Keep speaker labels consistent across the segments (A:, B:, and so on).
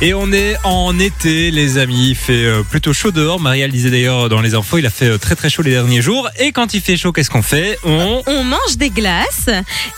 A: Et on est en été, les amis. Il fait euh, plutôt chaud dehors. Maria le disait d'ailleurs dans les infos, il a fait euh, très très chaud les derniers jours. Et quand il fait chaud, qu'est-ce qu'on fait On.
B: On mange des glaces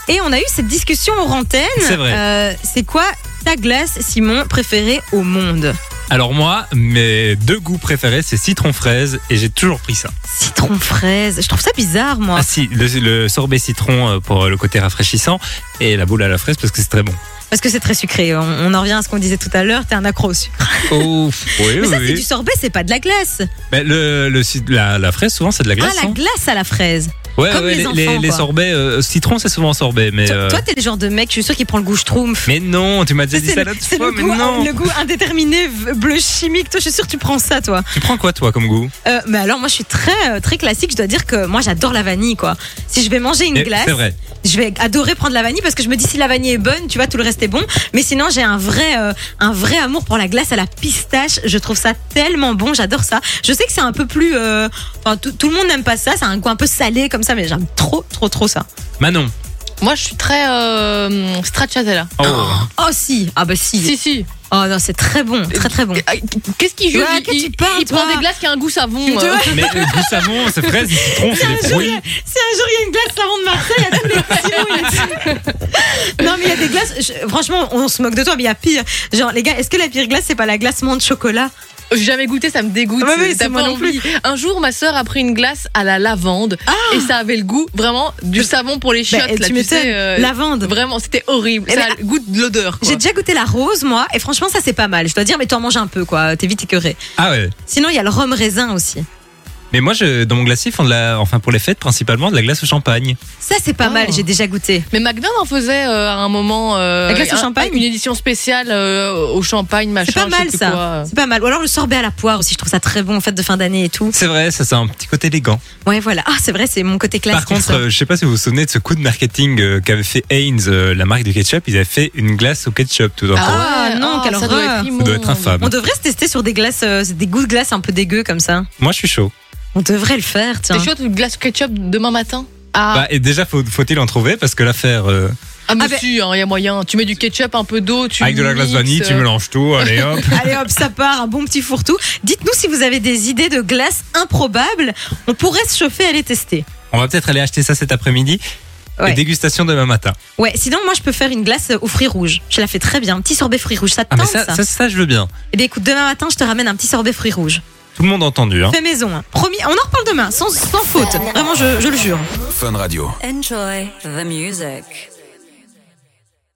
B: et on a eu cette discussion hors antenne.
A: C'est vrai.
B: Euh, c'est quoi ta glace, Simon, préférée au monde
A: Alors moi, mes deux goûts préférés, c'est citron fraise et j'ai toujours pris ça.
B: Citron fraise. Je trouve ça bizarre, moi.
A: Ah si, le, le sorbet citron euh, pour le côté rafraîchissant et la boule à la fraise parce que c'est très bon.
B: Parce que c'est très sucré. On, on en revient à ce qu'on disait tout à l'heure. T'es un accro au sucre.
A: Oh, oui,
B: Mais ça, c'est
A: oui.
B: du sorbet, c'est pas de la glace.
A: Mais le, le ci- la, la fraise, souvent, c'est de la glace.
B: ah, la
A: hein.
B: glace à la fraise.
A: Ouais,
B: comme
A: ouais,
B: les
A: les,
B: enfants,
A: les
B: quoi.
A: sorbets, euh, citron, c'est souvent sorbet, mais.
B: Toi-
A: euh,
B: Toi, t'es le genre de mec, je suis sûr, qui prend le goût schtroumpf.
A: Mais non, tu m'as déjà dit
B: C'est
A: ça
B: le,
A: l'autre
B: c'est
A: fois,
B: le
A: mais
B: goût,
A: non.
B: le goût indéterminé v- bleu chimique. Toi, je suis sûr, tu prends ça, toi.
A: Tu prends quoi, toi, comme goût
B: Euh, mais alors, moi, je suis très, euh, très classique. Je dois dire que moi, j'adore la vanille, quoi. Si je vais manger une
A: Eh,
B: glace,
A: C'est vrai.
B: je vais adorer prendre la vanille parce que je me dis si la vanille est bonne, tu vois, tout le reste est bon. Mais sinon, j'ai un vrai, euh, un vrai amour pour la glace à la pistache. Je trouve ça tellement bon, j'adore ça. Je sais que c'est un peu plus, euh, enfin, tout, tout le monde n'aime pas ça. C'est un goût un peu salé comme ça, mais j'aime trop, trop, trop ça.
A: Manon.
C: Moi, je suis très euh, stracciatella.
A: Oh.
B: Oh si, ah bah si.
C: Si, si.
B: Oh non, c'est très bon, très très bon.
C: Euh, Qu'est-ce qu'il jure
B: Ouais,
C: Il,
B: que tu
C: il-
B: parles,
C: il prend
B: toi.
C: des glaces qui a un goût savon.
B: Tu
C: euh.
B: vois
A: Mais le goût savon, c'est fraise, c'est citron, c'est des
B: jour, il y
A: fruits.
B: a- Si un jour il y a une glace savon de Marseille, à tous les petits mots, il y a- Non, mais il y a des glaces. je- franchement, on se moque de toi, mais il y a pire. Genre, les gars, est-ce que la pire glace, c'est pas la glace menthe chocolat
C: J'ai jamais goûté, ça me dégoûte.
B: Ah bah oui,
C: T'as
B: c'est moi
C: pas
B: non plus.
C: envie. Un jour, ma sœur a pris une glace à la lavande et ça avait le goût vraiment du savon pour les
B: Bah,
C: chiottes.
B: et
C: là,
B: tu
C: tu
B: m'étonnes,
C: sais, euh,
B: lavande.
C: Vraiment, c'était horrible.
B: Eh
C: Ça
B: ben,
C: a le goût de l'odeur. quoi.
B: J'ai déjà goûté la rose, moi, et franchement, ça c'est pas mal. Je dois dire, mais t'en manges un peu, quoi. T'es vite écœuré.
A: Ah ouais.
B: Sinon, il y a le rhum raisin aussi.
A: Mais moi, je, dans mon glacier, ils font de la, enfin pour les fêtes principalement, de la glace au champagne.
B: Ça c'est pas
C: Oh.
B: mal, j'ai déjà goûté.
C: Mais McDo en faisait euh, à un moment. euh,
B: La glace au
C: un-
B: champagne
C: Une édition spéciale euh, au champagne, machin.
B: C'est pas
C: je sais
B: mal
C: plus
B: ça.
C: quoi.
B: C'est pas mal. Ou alors le sorbet à la poire aussi, je trouve ça très bon en fête de fin d'année et tout.
A: C'est vrai, ça, c'est un petit côté élégant.
B: Ouais, voilà. Ah, c'est vrai, c'est mon côté classe.
A: Par contre, euh, je sais pas si vous vous souvenez de ce coup de marketing euh, qu'avait fait Heinz, euh, la marque du ketchup. Ils avaient fait une glace au ketchup tout d'un coup.
B: Ah non, quelle
C: oh, ça doit
B: horreur.
C: être
A: Ça doit être
C: immonde.
A: infâme.
B: on devrait se tester sur des glaces, euh, des goûts de glace un peu dégueux comme ça.
A: Moi, je suis chaud.
B: On devrait le faire, tiens.
C: T'es chaude ou glace au ketchup demain matin ah,
A: Bah, et déjà, faut- faut-il en trouver parce que l'affaire euh,
C: ah, mais
B: ah, bah-
C: si, il y a moyen. Tu mets du ketchup, un peu d'eau, tu.
A: avec de la glace
C: mixes,
A: vanille, tu
C: euh,
A: mélanges tout, allez hop.
B: Allez hop, ça part, un bon petit fourre-tout. Dites-nous si vous avez des idées de glaces improbables. On pourrait se chauffer à les tester.
A: On va peut-être aller acheter ça cet après-midi.
B: Ouais.
A: Et dégustation demain matin.
B: Ouais, sinon moi je peux faire une glace euh, aux fruits rouges. Je la fais très bien, un petit sorbet fruits rouges, ça te
A: Ah, mais
B: tente
A: ça,
B: ça,
A: ça, ça, je veux bien.
B: Eh bien écoute, demain matin je te ramène un petit sorbet fruits rouges.
A: Tout le monde a entendu. Hein.
B: Fais maison, hein. promis, on en reparle demain, sans, sans faute. Vraiment, je- je le jure.
D: Fun Radio.
E: Enjoy the music.